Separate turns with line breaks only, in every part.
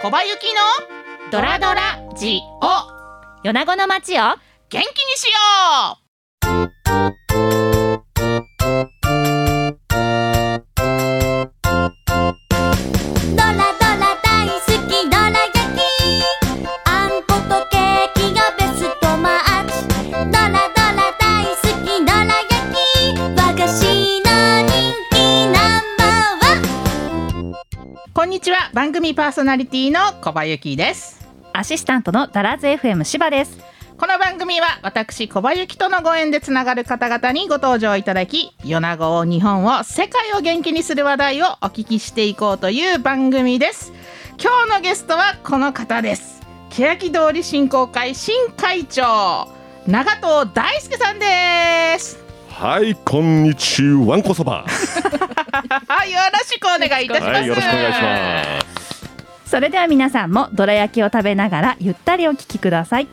小林幸の
ドラドラジオ米子の街を
元気にしよ
ドラドラ大好きドラ焼きあんことケーキがベストマッチドラドラ大好きドラ焼き和菓子の人気ナンバーワン
うこんにちは番組パーソナリティの小林幸です
アシスタントのダラズ FM 芝です
この番組は私小林幸とのご縁でつながる方々にご登場いただき米子を日本を世界を元気にする話題をお聞きしていこうという番組です今日のゲストはこの方です欅通り振興会新会長長藤大輔さんです
はい、こんにちは、わんこそ ば。
はい、よろしくお願いいたします。
はい、よろしくお願いします。
それでは皆さんもどら焼きを食べながらゆったりお聞きください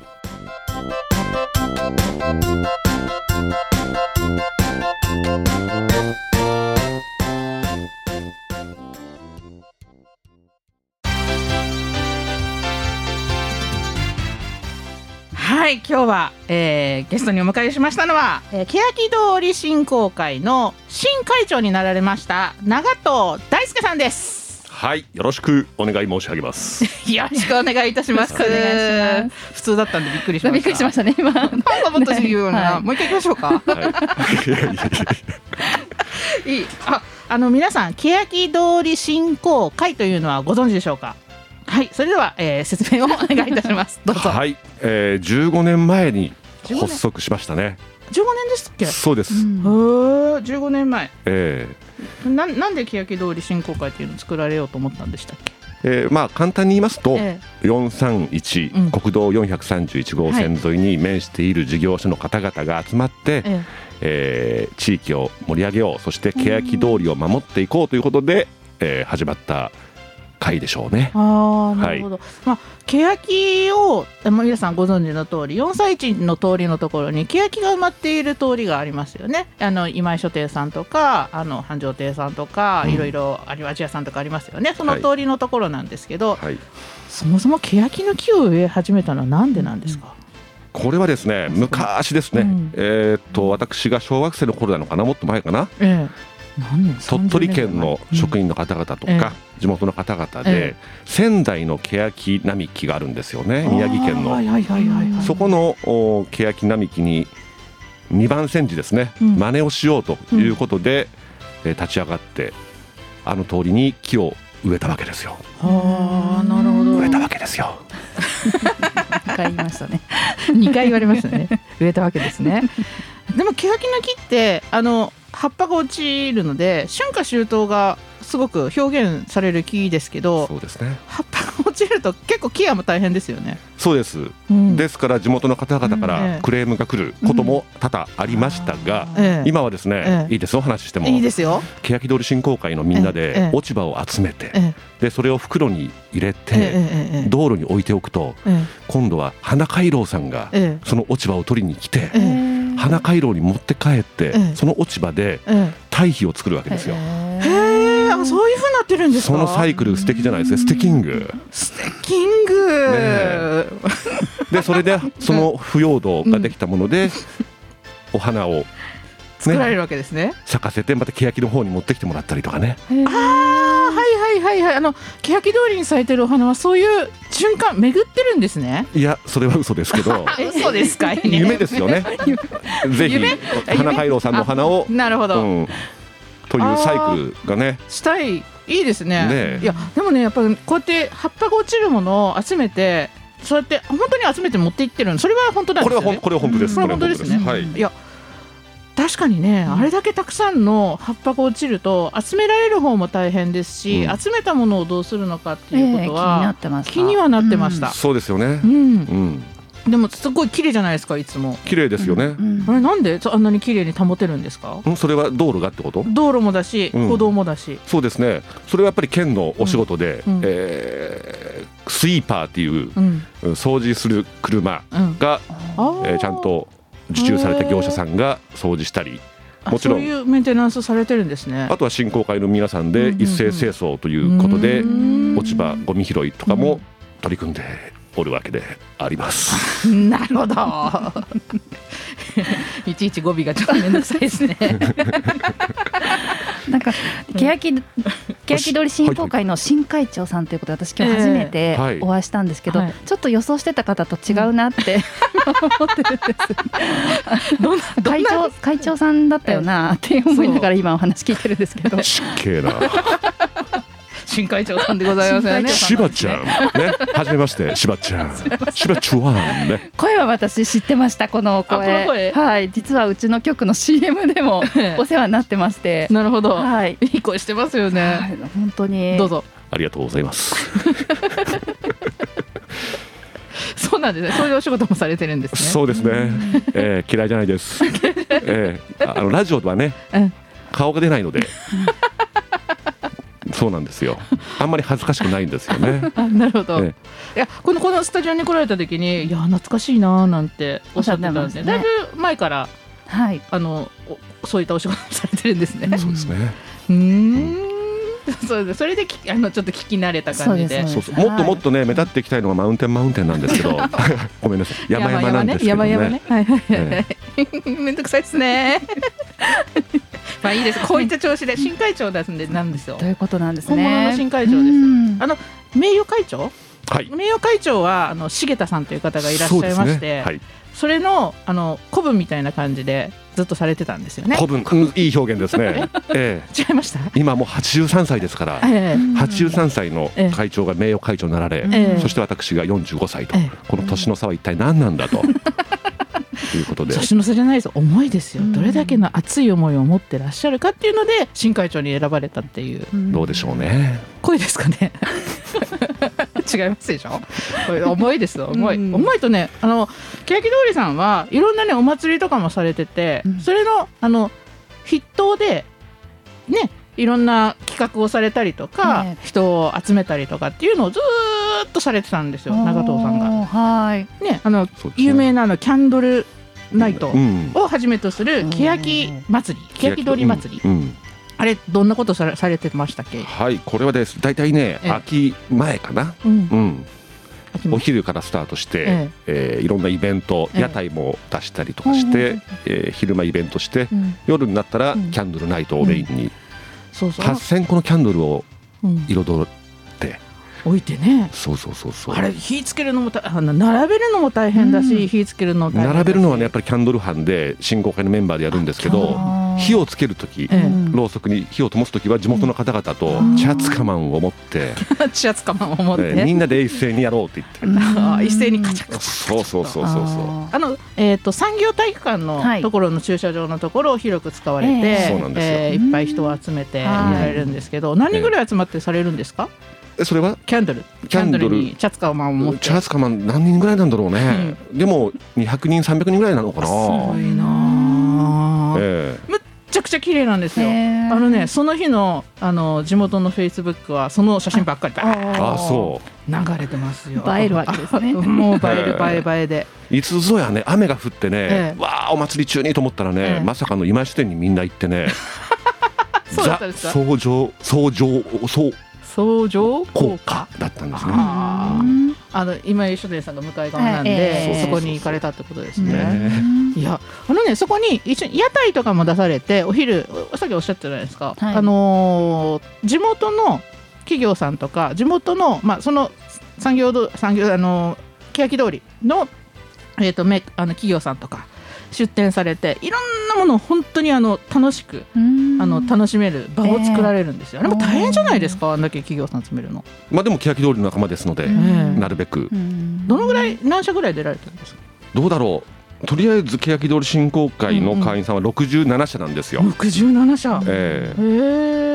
はい、今日は、えーゲストにお迎えしましたのは、えー、欅通り振興会の新会長になられました長藤大輔さんです。
はい、よろしくお願い申し上げます。
よろしくお願いいたします。
よろしくお願いしま
普通だったん でびっくりしました。
したね今は
なんかもっと言うような、
はい
もう一回行きましょうか。
はい、いやいやいや
いい。あ、あの皆さん、欅通り振興会というのはご存知でしょうか。はい、それでは、えー説明をお願いいたし ます。どうぞ。
はい、えー、15年前に
15年
発足しましたね。
15年ですっけ。へ
そうです。
ー、15年前。
えー
なんなんで欅通り振興会っていうのを作られようと思ったんでしたっけ、
えーまあ簡単に言いますと、
え
431、
うん
国道431号線沿いに面している事業者の方々が集まって、
え
えー地域を盛り上げようそして欅通りを守っていこうということで、えー始まった会でしょうね。
ああなるほど、まあ欅をあまあ皆さんご存知の通り4歳地の通りのところに欅が埋まっている通りがありますよねあの今井書店さんとかあの繁盛亭さんとか、
うん
いろいろアリワジアさんとかありますよねその
はい
通りのところなんですけど、
はい
そもそも欅の木を植え始めたのはなんでなんですか、
これはですね昔ですね、
うん
えーっと私が小学生の頃なのかなもっと前かな
ええ何年
鳥取県の職
員、
員の方々と
うんえ
か、地元の方々で、仙台の欅並木があるんですよね宮城
あ
県
ーは
の
いはいはいはいはい
そこのお欅並木に2番煎じですね、
うん
真似をしようということで、えー立ち上がってあの通りに木を植えたわけですよ
ああなるほど
植えたわけですよ
わかりましたね
二回言われましたね植えたわけですねでもケヤキの木ってあの葉っぱが落ちるので春夏秋冬がすごく表現される木ですけど
そうですね
葉っぱが落ちると結構ケアも大変ですよね、
そうです、
うん
ですから地元の方々か
うんええ
らクレームが来ることも多々ありましたが、
ええ
今はですね、
ええ
いいですお話ししても
いいですよ、
欅通り振興会のみんなで、
ええ
落ち葉を集めて、
ええ
でそれを袋に入れて、
ええええ
道路に置いておくと
え
今度は花回廊さんが、
ええ
その落ち葉を取りに来て、
ええ
花回廊に持って帰って、
ええ
その落ち葉で
ええ
堆肥を作るわけですよ。
えへえあそういうふうになってるんですか
そのサイクル素敵じゃないですねステキング
ステッキング、
えでそれでその腐葉土ができたもので、お花を、
作られるわけですね
咲かせてまた欅の方に持ってきてもらったりとかね
ああはいはいはいはいあの欅通りに咲いてるお花はそういう循環巡ってるんですね
いやそれは嘘ですけ ど
あ嘘ですかいね
夢ですよね ぜひ
夢
花回廊さんの花を、
なるほ
う
ど、
ん、というサイクルがね
したいいいですね
ねえ
いやでもねやっぱりこうやって葉っぱが落ちるものを集めてそうやって本当に集めて持っていってるのそれは本当なん
こ
です
れ
よ
はほん
ね
これは本当です
これは本当ですね
はい
いや確かにね、あれだけたくさんの葉っぱが落ちると集められる方も大変ですし、
うん
集めたものをどうするのかっていうことは、
てま
気にはなってました、
そうですよね
うん
うん
でもすごい綺麗じゃないですかいつも
綺麗ですよね
あれなんでそあんなに綺麗に保てるんですか
うんそれは道路がってこと
道路もだし
うん
歩道もだし、
そうですねそれはやっぱり県のお仕事で
うんうん
えースイーパーっていう
うん
うん掃除する車
うん
が
あー
えーちゃんと受注された業者さんが掃除したりもちろん
そういうメンテナンスされてるんですね
あとは振興会の皆さんで一斉清掃ということで、
うん
落ち葉ゴミ拾いとかも取り組んでおるわけであります。
なるほどいちいち語尾がちょっとめんどくさいですね
なんか欅欅通り振興会の新会長さんということで私今日初めて
ええはい
お会いしたんですけど、
はい
ちょっと予想してた方と違うなって、思ってるんで す
どんなどん
会
な
長会長さんだったよなって思いながら今お話聞いてるんですけど
失敬な
新会長さんでございますよね
しばちゃんね、初めましてしばちゃん、しばちゅわんね。
声は私知ってましたこの声
あこの声
はい実はうちの局の CM でも
ええ
お世話になってまして
なるほど、
はい、
い、い声してますよ
は
ね、
い、本当に
どうぞ
ありがとうございます。
そうなんですねそういうお仕事もされてるんですね
そうですね、えー嫌いじゃないです。えーああのラジオではね、
うん
顔が出ないので。そうなんですよ。あんまり恥ずかしくないんですよね。
あなるほど、
え
いやこのこのスタジオに来られた時にいや懐かしいなーなんておっしゃってたん
おっ
で
し
す
ゃって
ね
ま
だ
す
い
ね
ぶ前から
はい
あのおそういったお仕事をされてるんですね
そうですね。
うーんそうですそれできあのちょっと聞き慣れた感じで
そうです
そうそうもっともっとね、目立っていきたいのがマウンテンマウンテンなんですけ どごめんなさい山々なんですけ
山
どね
々ね山々ねはいはいは
え
い めんどくさいですねまあいいですこういった調子で新会長出すんでなんですよ
ということなんですね
本物の新会長です
うん
あの名誉会長
はい
名誉会長はあの重田さんという方がいらっしゃいま
そうで
し
すね
て
はい、
それのあの古文みたいな感じでずっとされてたんですよね。
古文、うんいい表現です ね、え
違いました。
え、今もう83歳ですから
え
83歳の会長が名誉会長になられ、
ええ
そして私が45歳と、
ええ
この年の差は一体何なんだということ
え、
で
差し乗せじゃないです。重いですよ。
うん
どれだけの熱い思いを持ってらっしゃるかっていうので新会長に選ばれたっていう
どうでしょうね
声ですかね。 違いますでしょ。これ重いですよ。重い。
うん
重いとね、あの欅通りさんはいろんなねお祭りとかもされてて、
うん
それのあの筆頭でね。いろんな企画をされたりとか、
ね
人を集めたりとかっていうのをずーっとされてたんですよ長藤さんが。
おーはい
ね、あの
そうですね
有名なあのキャンドルナイト
うん
をはじめとする欅祭り、欅通り祭り、
うんうん
あれどんなことされされてましたっけ？
はいこれはです大体ね
ええ
秋前かな、
うん
う、ん、お昼からスタートして、
え
えーいろんなイベント、
ええ
屋台も出したりとかして、えー昼間イベントして、
うん
夜になったら
う
キ
ん
ャンドルナイトをメインに、
そうそう、
8,000個のキャンドルを
うん
彩って
置いてね。
そうそうそうそう
あれ火つけるのもたあの並べるのも大変だし、
うん
火つけるのも大変だし
並べるのはねやっぱりキャンドル班で振興会のメンバーでやるんですけど
あー
火をつける時
ええ
ろうそくに火を灯す時は地元の方々と
うん
チャツカマンを持って、
シャツかまを持って、
えーみんなで一斉にやろうって言って
あー一斉にカチャカチャカチャ
そうそうそうそうそう
あの、えー、と産業体育館の
はい
ところの駐車場のところを広く使われて、
ええ
そうなんですよ
えーいっぱい人を集めて
はい
やられるんですけど、何人ぐらい集まってされるんですか、
えそれは
キャンドル
キャンドル
にチャツカを持って
チャツカマン何人ぐらいなんだろうね、でも200人300人ぐらいなのかな
すごいなあ
ええ
めちゃくちゃ綺麗なんですよあ
へー
のねその日のあの地元のフェイスブックはその写真ばっかりバー
ああそう
流れてますよ
映えるわ けですね
もう映える
ええ
映え映えで
いつぞやね雨が降ってね、
ええ
わあお祭り中にと思ったらね、
ええ
まさかの今井書店にみんな行ってね
そうだったんですか
創上創上創
相乗効
効
果
果だったんですね。
あーあの今井書店さんが向かい側なんで、
はいええ
そこに行かれたってことですね。
ね
いやあのねそこに一緒に屋台とかも出されてお昼おさっきおっしゃったじゃないですか、
はい
あのー地元の企業さんとか地元のまあその産業ど産業あのー欅通りのえっ、とめあの企業さんとか出店されていろんなものを本当にあの楽しくあの楽しめる場を作られるんですよ。
ええ
でも大変じゃないですかあんだけ企業さん集めるの。
まあでも欅通りの仲間ですので、
ん
なるべく
どのぐら
い
い何社ぐらい出られたんですか。
どうだろうとりあえず欅通り振興会の会員さんは67社なんですよ。
六十七社。へ
え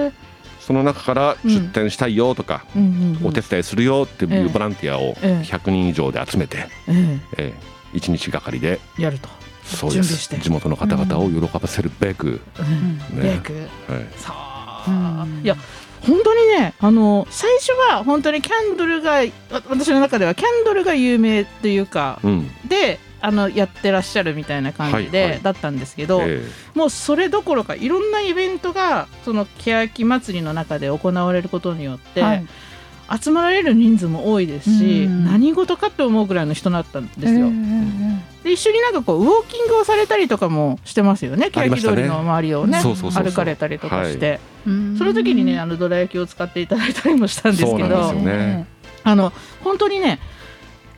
え
え。
その中から出店したいよとか、
うんうんうん
お手伝いするよってい
ええ
うボランティアを
ええ
100人以上で集めて、
え
ええ、1日がかりで
えやると。
そうで
準備し
す
て
地元の方々を喜ばせるべく、
レイ
ね
ク。
はい
さあ
う。ん
いや。本当にねあの最初は本当にキャンドルがわ私の中ではキャンドルが有名というか
うん、
であのやってらっしゃるみたいな感じで、
はいはい
だったんですけど、
え
もうそれどころかいろんなイベントがその欅祭りの中で行われることによって、
はい
集まられる人数も多いですし、
うん
何事かって思うぐらいの人だったんですよ。で一緒になんかこうウォーキングをされたりとかもしてますよね
ありま
欅
した
通
ね
りの周りをね
そうそうそうそう
歩かれたりとかして、
うん
その時にねあのどら焼きを使っていただいたりもしたんです
そ
け
うな
ど
んですよね
あの本当にね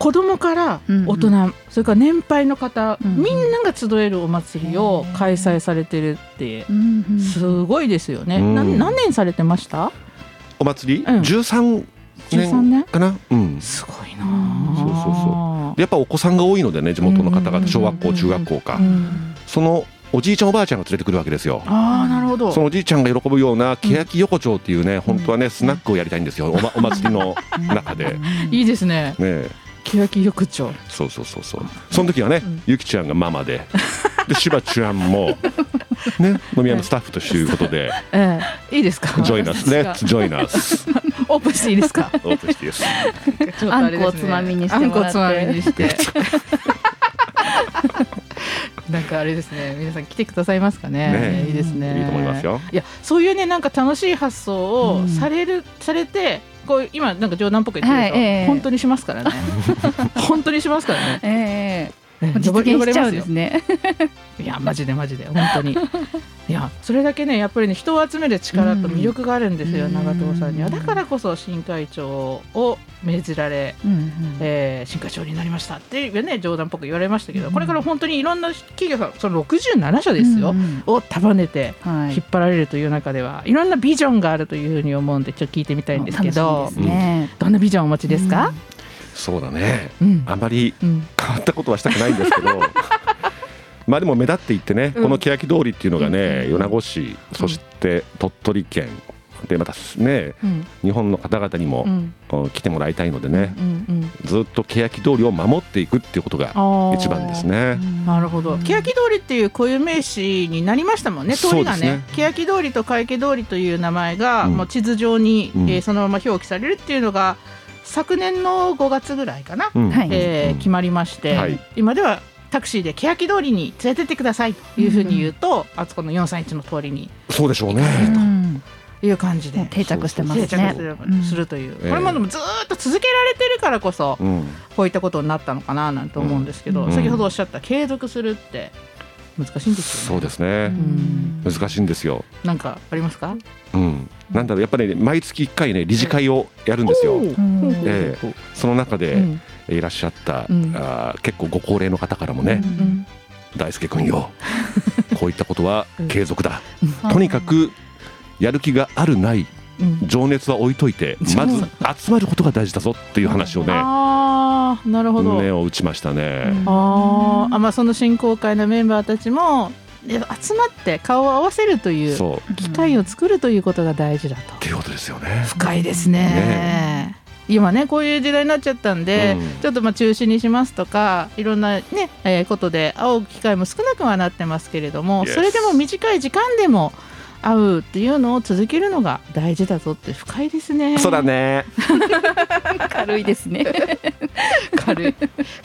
子供から大人、
う
それから年配の方、
うんうん
みんなが集えるお祭りを開催されてるって
うんうん
すごいですよね、
うん
な何年されてました
お祭
う
り、
ん
13
13
年
年
かな、うん、です
ごいな
な
そうそうやっぱお子さんが多いのでね地元の方
うんうんうんう
々
ん
小学校中学校か、そのおじいちゃんおばあちゃんが連れてくるわけですよ
ああなるほど
そのおじいちゃんが喜ぶような欅横丁っていうね、本当はねスナックをやりたいんですよお,、ま、お祭りの中でね
いいですね
え
欅浴長
そうそうそうそうその時はね、
うん
ゆきちゃんがママででしばちゃん も、ね、飲み屋のスタッフということで
ええいいですか
「ジョイナス」「レッツジョイナス
オープンしていいですか」
オープンしてです
ちょっとあれですね
あんこをつまみにしてもらって
あんこをつまみに してなんかあれですね皆さん来てくださいますかね
ね
いいですね
いいと思いますよ
いやそういうねなんか楽しい発想
う
を
ん
される、されてこう今なんか冗談っぽく言ってるでしょ、
はいええ
本当にします からね本当にしますからね
ええ
呼ば
実現しちゃ
呼ばれます
うんで
よ
すね。
いやマジでマジで本当 にいやそれだけねやっぱりね人を集める力と魅力があるんですよ、
うん
長藤さんにはだからこそ新会長を命じられえー、新会長になりましたっていうね冗談っぽく言われましたけど、
うん
これから本当にいろんな企業さんその67社ですよ、
うんうん
を束ねて
はい。
引っ張られるという中では、い、ろんなビジョンがあるというふうに思うんでちょっと聞いてみたいんですけど
楽しみですね。
どんなビジョンをお持ちですか、
そうだね
うん
あまり
うん
変わったことはしたくないんですけど まあでも目立っていってね、
うん
この欅通りっていうのがね、
うん
米子市そして鳥取県でまたね
うん
日本の方々にも
う、ん
こう来てもらいたいのでね、
うんうん
ずっと欅通りを守っていくっていうことが
あー
一番ですね。
なるほど
うん
欅通りっていう固有名詞になりましたもんね通りがね
そう
欅通りと会計通りという名前が、
うん
もう地図上に、
うん
えーそのまま表記されるっていうのが昨年の5月ぐらいかな、
うん
はい
えー
うん
決まりまして、
はい
今ではタクシーで欅通りに連れてってくださいというふうに言うと、あそこの431の通りに
そうでしょうね。
うん
いう感じ
もう
で
定着してます
定
ね。
着する,、
うん
するという、
ええ
これもでもずーっと続けられてるからこそ、
うん、
こういったことになったのかななんて思うんですけど、
うん
先ほどおっしゃった継続するって難しいんです
そ
よ
う
ね。
ですね。
ん
難しいんですよ。
なんかありますか？
うん、なんだろう、やっぱりね、毎月1回ね、理事会をやるんですよ。
おー
うん
えその中で、
うん
いらっしゃった、
うん
あー結構ご高齢の方からもね、
うん
うん
大輔 君よこういったことは
うん
継続だ、
うん
とにかくやる気があるない
うん
情熱は置いといてまず集まることが大事だぞっていう話をね
ああなるほど。
胸を打ちましたね、
あーあまあその振興会のメンバーたちもで集まって顔を合わせるという
そうっ
機会を作るということが大事だと。
ていうことですよね
深いですね
ね
今ねこういう時代になっちゃったんで、
うん
ちょっとまあ中止にしますとかいろんなね、えーことで会う機会も少なくはなってますけれども
Yes
それでも短い時間でも会うっていうのを続けるのが大事だぞって深いですね
そうだね
軽いですね。
軽い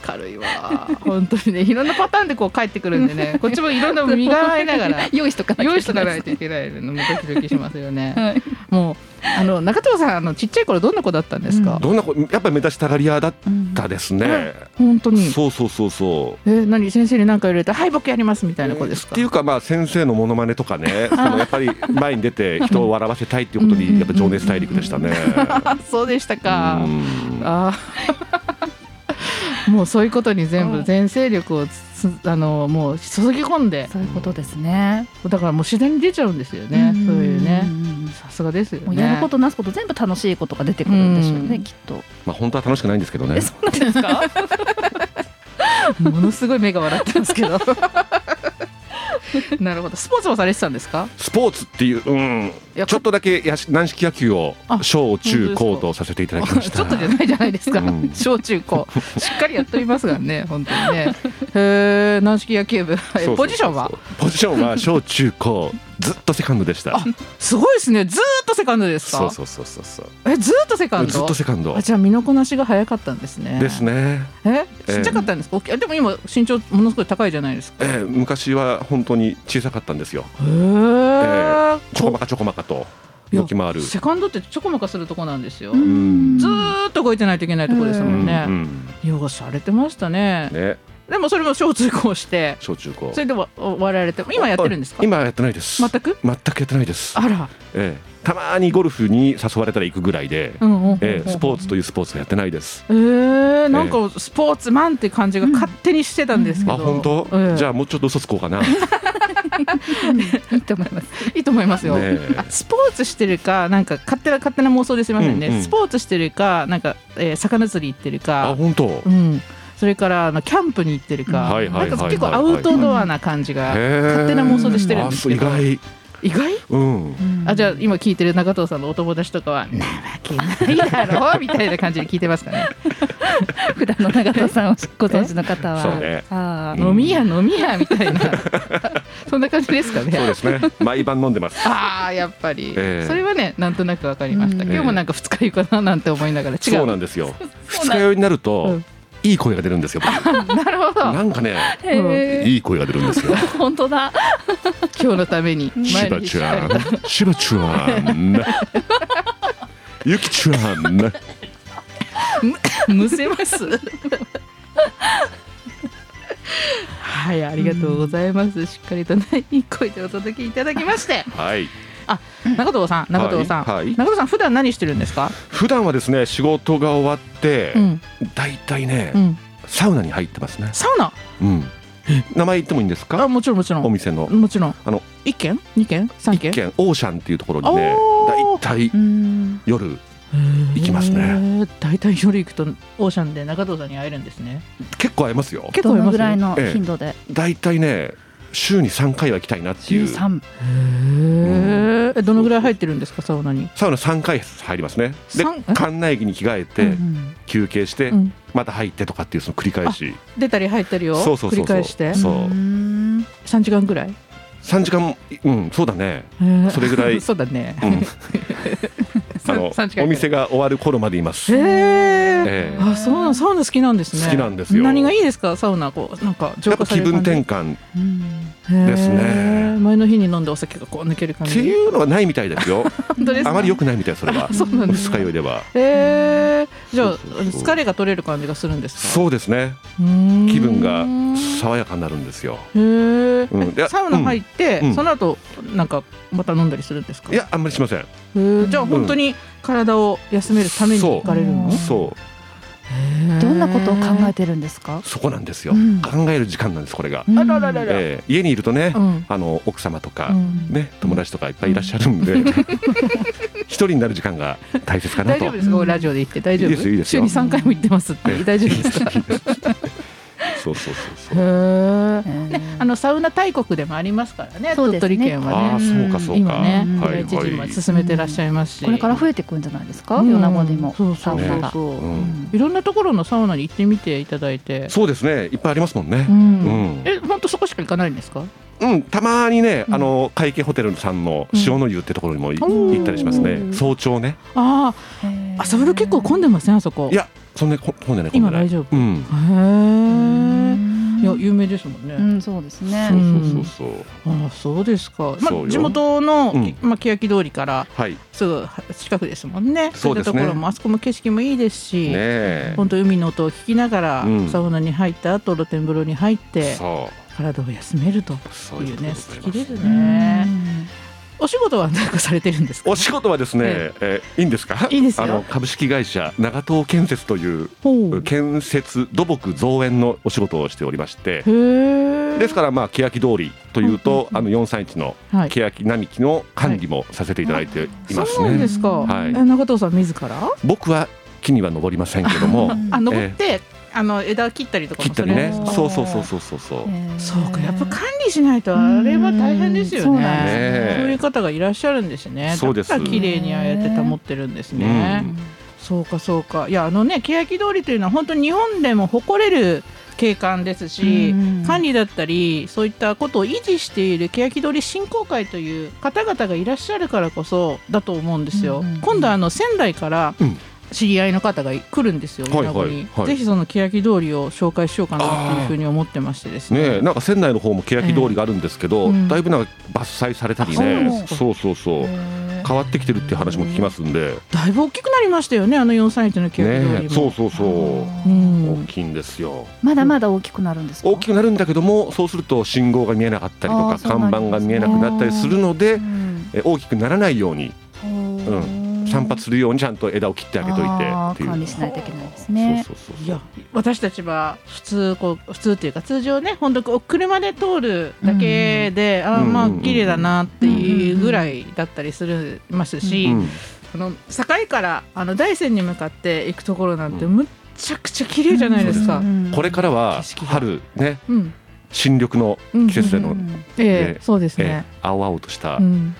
軽いわ本当にねいろんなパターンでこう帰ってくるんで ねこっちもいろんな身構えながら
用意しとかなきゃ
用意しとかない
い
といけないのもドキドキしますよね
けない。はい
もうあの中藤さんあのちっちゃい頃どんな子だったんですか、
どんな子やっぱり目立ちたがり屋だっ
うん
たですね、
本当に
そうそうそうそう
え何先生に何か言われたら「はい僕やります」みたいな子です
っ
か
ていうかまあ先生のモノマネとかねそのやっぱり前に出て人を笑わせたいっていうことにやっぱ情熱大陸でしたね。
あそうでしたか
うん
あー もうそういうことに全
う
部
ん
全精力をつあのもう注ぎ込んで
そういうことですね。
だからもう自然に出ちゃうんですよねそういうね
んうんうん
さすがですよね
もうやることなすこと全部楽しいことが出てくるんでしょう
う
ね
ん
きっと。
まあ本当は楽しくないんですけどね
え。そうなんですか？
ものすごい目が笑ってますけど なるほどスポーツもされてたんですか
スポーツっていう、うん
いや
ちょっとだけやし軟式野球を
あ
小
本当で
中
す
高
か
とさせていただきまし
ち
た。
ょっとじゃないじゃないですか、
うん
小中高しっかりやっておりますがね本当に ねへえ軟式野球部
そうそうそうそう
ポジションは
ポジションは小中高ずっとセカンドでした
あすごいですねずーっとセカンドですか
そうそうそうそうそう
えずーっとセカンド
ずっとセカンド
あじゃあ身のこなしが早かったんですね
ですね、
え
ええ
ちっちゃかったんですか、大きいでも今身長ものすごい高いじゃないですか
えー昔は本当に小さかったんですよ
へー
ちょこまかちょこまかと動き回る
セカンドってちょこまかするとこなんですよ、
うん
うん
ずーっと動いてないといけないとこですもん
う
ね、
ん
よがされてましたね
ね
でもそれも小中高して
小中高
それでわ終わられて今やってるんですか
あ今はやってないです
全く
全くやってないです、
あら、
ええたまにゴルフに誘われたら行くぐらいで、
うんうんうんうん
ええスポーツというスポーツはやってないです
えー、なんかスポーツマンって感じが勝手にしてたんですけど、
あ本当、
ええ
じゃあもうちょっと嘘つこう かなね
いいと思います。
いいと思いますよ、
え
あスポーツしてるかなんか勝手な勝手な妄想ですいませんね、
うんうん
スポーツしてるかなんか、えー魚釣り行ってる
あ
か
本当
うんそれからあのキャンプに行ってるか、
はいはいはいはい
なんか結構アウトドアな感じが、勝
勝
手な妄想でしてるんですけど
意外
意外
うん
あじゃあ今聞いてる中藤さんのお友達とかは「なわけないだろ」みたいな感じで聞いてますかね
普段の長藤さんをご存知の方は。
そうね
「
あ
飲みや飲みや」みたい なそんな感じですかね
そうですね毎晩飲んでます
ああやっぱり、
ええ
それはねなんとなくわかりました、
うん
今日もなんか二日酔いかななんて思いながら 違
そううなんですよ二日酔いになると、
うん
いい声が出るんですよ僕
なるほど
なんかね
ーへ
いい声が出るんですよ
ー本当だ。
今日のために
しば
に
ちゃんしばちゃんゆきちゃん
むせますはいありがとうございます、しっかりとねいい声でお届けいただきまして
はい
中藤さん中藤さん、
はいはい
中藤さん普段何してるんですか、
普段はですね仕事が終わって、
うん
だいたいね、
うん、
サウナに入ってますね
サウナ
うん名前言ってもいいんです
あ
か
もちろんもちろ
お
ん
店の
もちろん
あの
一軒二軒三軒
県オーシャンっていうところにね
おー
だいたい
うん。
夜
行
行きますね
大体夜行くとオーシャンで中藤さんに会えるんですね
結構会えますよ
結
ど
構い
の
ま
ぐ
す
らい
ね
の頻度で。
だいたいね週に3回は行きたいなってい
十
う
三。
へーえどのぐらい入ってるんですかサウナに
サウナ3回入りますねで
三
館内着に着替えて、
うん
休憩して、
うん
また入ってとかっていうその繰り返し
出たり入ったりを
そうそうそうそう
繰り返して
そう
うん
三時間ぐらい
3時間うんそうだね
へー
それぐら い
そうだね
うんあの
三時間ぐらい
お店が終わる頃までいます、
へえ
ええ
あそうなのサウナ好きなんですね
好きなんですよ
何がいいですかサウナこうなんか浄
やっ
化
ぱ
さ
気
れる
分
感じ
転換っ
うん
換
ですね
前の日に飲んでお酒がこう抜ける感
て
じ
いうのはないみたいですよ
本当ですか
あまり良くないみたいそれは
あそうなんです
二日酔いでは
へえじゃあ
そうそうそう
疲れが取れる感じがするんですか
そうですね
うーん
気分が爽やかになるんですよ
へえ、
うんいや
サウナ入って、
うん
その後なんかまた飲んだりするんですか
いやあんまりしません
へえじゃあ本当に体を休めるために行かれるの
うん
そう
へえ
どんなことを考えてるんですか。
そこなんですよ、
うん
考える時間なんですこれが、
あらららら
ええ家にいるとね、
うん
あの奥様とか、
うん
ね、友達とかいっぱいいらっしゃるんで 一人になる時間が大切かな
大
と
丈夫ですか、
うん
ラジオで言って大丈夫
いいですよいいですよ
週に三回も行ってますって
ええ
大丈夫 ですかへ
そうそうそうそう
え
うん
ね、あのサウナ大国でもありますからね
そうで
鳥
すね
取県
あ
は
あ
ね
そうかそう
今
か、
ね
うん
はい
知事
は
も
い
進めてらっしゃいますし、
これから増えていくんじゃないですか。
うん
米子でも。
そうそうそ
サウ
う
ナ
が
そう、
う
うんん
いろんなところのサウナに行ってみていただいて
そうですねいっぱいありますもんね
う、
うんん
え本当そこしか行かないんですか
うん、たまにね、
うん
あの会計ホテルさんの塩の湯ってところにもい
うん
行ったりします
う
ね
ん
早朝ね
あああそれ結構混んでませんあそこ
いやそんなに混混んでない混んでない
今大丈夫
う
へ
ん
う
え
ん
いや有名ですもん
う
ね、
ん、そうですね
そ。うそうそうそう、
ああそうですか、ま
そう
あ、
よ
地元の、
うん
まあ、欅通りから
はいね
すぐ近くですもんね
そうですね
いったところもあそこも景色もいいですし、
え
本当海の音を聞きながら、
うん
サウナに入った後露天風呂に入って
そ
体を休めると
うそ
いうう
こ
ね
と
素
でござ
敵で
います
す
う
ね
ん
お仕事は何かされてるんですか
お仕事はですね、えーいいんですか
いいですよ
あの株式会社長東建設という
ほう
建設土木造園のお仕事をしておりまして
へえ
ですからまあ欅通りというと、あの431の
はい
欅並木の管理もさせていただいています
そう
ね、
なんですか、
はい
え中藤さん自ら
僕は木には登りませんけども
うん
あ登って、あの枝切ったりとか
切
もそ
ったり
れ
ね
それ
そうそうそうそうそうそう、
そうかやっぱ管理しないとあれは大変ですよね
うんそうなんです
ねえ
そういう方がいらっしゃるんですね
そうです
だから綺麗にああやって保ってるんですね、
うん
そうかそうかいやあのね欅通りというのは本当に日本でも誇れる景観ですし、
うん
管理だったりそういったことを維持している欅通り振興会という方々がいらっしゃるからこそだと思うんですよ。
うんうんうん
今度あの仙台から
うん
知り合いの方が来るんですよ、
はいは
米
い
子に、
はい
ぜひその欅通りを紹介しようかなっていうふうに思ってましてですね。
ねえなんか仙台の方も欅通りがあるんですけ
え
ど、
えうん
だいぶなんか伐採されたり
あそうなん
ね
ですか
そうそうそう変わってきてるっていう話も聞きますんで、
だいぶ大きくなりましたよねあの431の欅通りも、
ねえそうそうそう
うん
ん
大きいんですよ
まだまだ大きくなるんですか。
大きくなるんだけどもそうすると信号が見えなかったりと
あ
か
ーそうな
看
んですね
板が見えなくなったりするので
うん
え大きくならないように
うん
散髪するようにちゃんと枝を切ってあげとい
あー
てっていう
管理しないといけないですね。
そうそうそう
いや私たちは普通こう普通っていうか通常ね本当こう車で通るだけで、ああま
う
あ
んうんうん
綺麗だなっていうぐらいだったりするますし、
うん
あの境からあの大山に向かって行くところなんてむっちゃくちゃ綺麗じゃないですか。
うん
これからは
景色が
春ね
うん、
新緑の季節での、
うん
え
ね
えそうです
え
ね。
青々とした、
うん、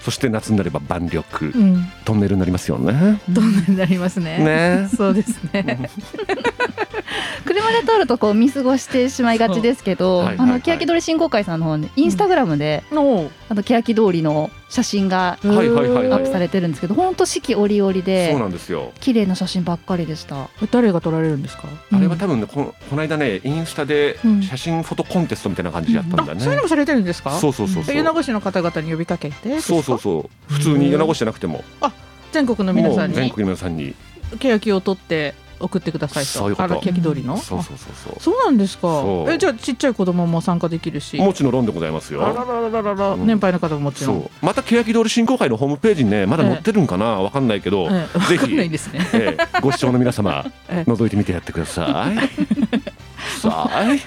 そして夏になれば万緑、
うん、
トンネルになりますよね。
どんなになりますね。
ね
そうですね。
車で通るとこう見過ごしてしまいがちですけど、
そうはい
あ
はいは
の
い
欅通り振興会さんの方にインスタグラムで、
の
あの欅通りの写真がア
はいはいはいはい
ップされてるんですけど、本当四季折々
そう
で
なんですよ。
綺麗な写真ばっかりでした。
誰が撮られるんですか。
あれは多分ね、このこの間ね、インスタで
うん
写真フォトコンテストみたいな感じやったんだ
あ、そういう
ね
の。もされてるんですか。
そうそうそうそう。
米子市の方々に呼びかけてですか。
そうそうそう。普通に米子市じゃなくても、
全国の皆
も
さ
うん全
に
国の皆さんに。
欅を取って送ってくださいと
そういうこと
あの欅通りの、
そう
あ
そうそうそう。
そうなんですか
そう
えじゃあちっちゃい子供も参加できるし
もちの論でございます
あら
よ。
らららら、
うん
年配の方ももちろ
そ
ん
う。また欅通り振興会のホームページにね、まだ載ってるんかな、わかんないけど、
ええわ
ぜ
かんない
ひ。
ですね
ええご視聴の皆 様
ええ
覗いてみてやってくだ さい。さあい、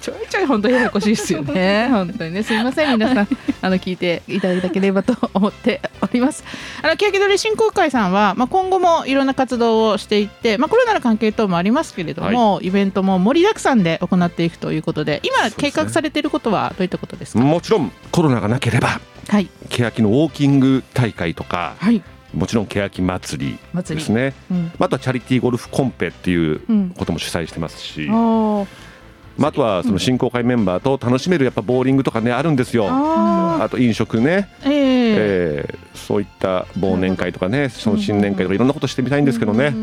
ちょいちょい本当にややこしいですよね 本当にねすいません皆 さんあの聞いていただければと思っておりますあの欅通り振興会さんは、まあ、今後もいろんな活動をしていって、まあ、コロナの関係等もありますけれども、イベントも盛りだくさんで行っていくということで
そう
今
です
計
ね
画されていることはどういったことですか
もちろんコロナがなければ
はい
欅のウォーキング大会とか、
はい
もちろん欅祭り
祭
で
り
すね。
うん
またチャリティーゴルフコンペっていう
うん
ことも主催してますし、
あー
まあ、あとはその振興会メンバーと楽しめるやっぱボーリングとかねあるんですよ。
あ
あと飲食ね、
ーええ
えーそういった忘年会とかね、その新年会とかいろんなことしてみたいんですけどね。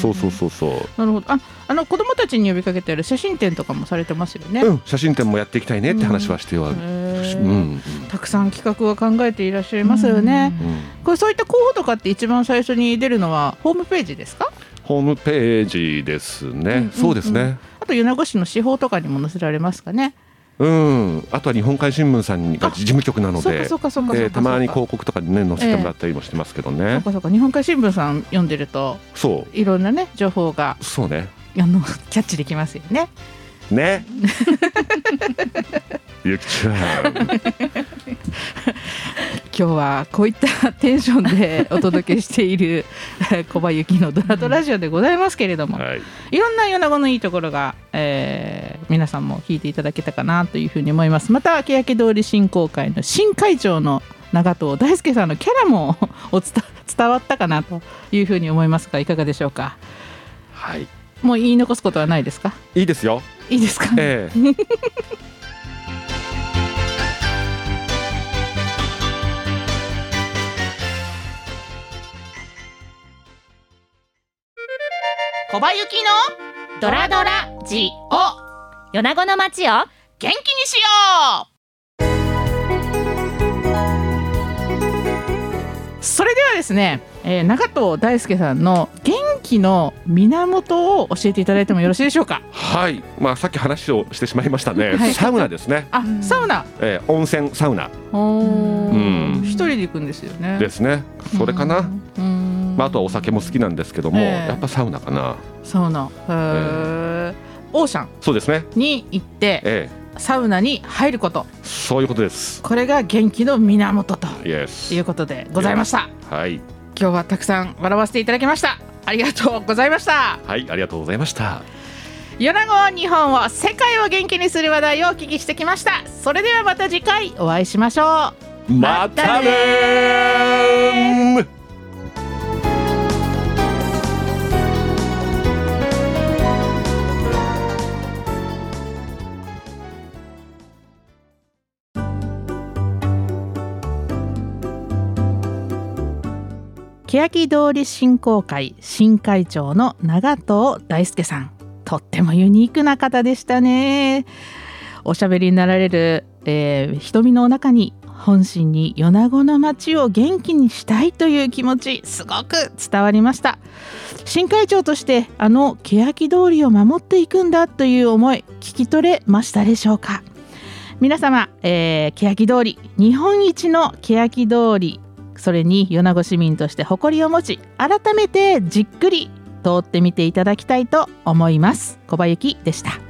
そうそうそうそ
なるほどああの子供たちに呼びかけてある写真展とかもされてますよね、
う。うん、写真展もやっていきたいねって話はしては
へ
るし、
ー
うん、うん
たくさん企画は考えていらっしゃいますよね、
うん
これそういった候補とかって一番最初に出るのはホームページですか
ホームページですね。
うん
そうですね。
あと米子市の司法とかにも載せられますかね
うん、あとは日本海新聞さんが事務局なの
そう
で
か、そうかそうかそうかそうか、
えーたまに広告とかにね載せてもらったりもしてますけど
そう
ね。
かそうか日本海新聞さん読んでると
そ
いろんなね情報が
う、そうね。
あの キャッチできますよね
ね。ゆきちゃん。
今日はこういったテンションでお届けしている 小葉ゆきのドラドラジオでございますけれども、
はい。
いろんな米子のいいところが、えー皆さんも聞いていただけたかなというふうに思いますまた欅通り振興会の新会長の長藤大輔さんのキャラもお伝 伝わったかなというふうに思いますがいかがでしょうか
はい。
もう言い残すことはないですか
いいですよ。
いいですか、
ええ
小葉ゆきの
ドラドラ
ジオ
米子の街を
元気にしようそれではですね、えー、長藤大輔さんの元気の源を教えていただいてもよろしいでしょうか
はい。まあさっき話をしてしまいましたね。
はい
サウナですね。
あ、サウナ
ええ温泉サウナ
おー
うん
一人で行くんですよね
ですね。それかな。
うん
まああとはお酒も好きなんですけども、
ええ
やっぱサウナかな。
サウナへーオーシャン
そうですね。
に行って
え
サウナに入ること
えそういうことです。
これが元気の源と
イエ
い
ス
う。ことでございました
はい。
今日はたくさん笑わせていただきましたありがとうございました
はい、ありがとうございました。
米子日本を世界を元気にする話題をお聞きしてきましたそれではまた次回お会いしましょう
またねー
欅通り振興会新会長の長藤大輔さんとってもユニークな方でしたねおしゃべりになられる、えー瞳の中に本心に米子の街を元気にしたいという気持ちすごく伝わりました新会長としてあの欅通りを守っていくんだという思い聞き取れましたでしょうか皆様、えー、欅通り日本一の欅通りそれに米子市民として誇りを持ち改めてじっくり通ってみていただきたいと思います小林でした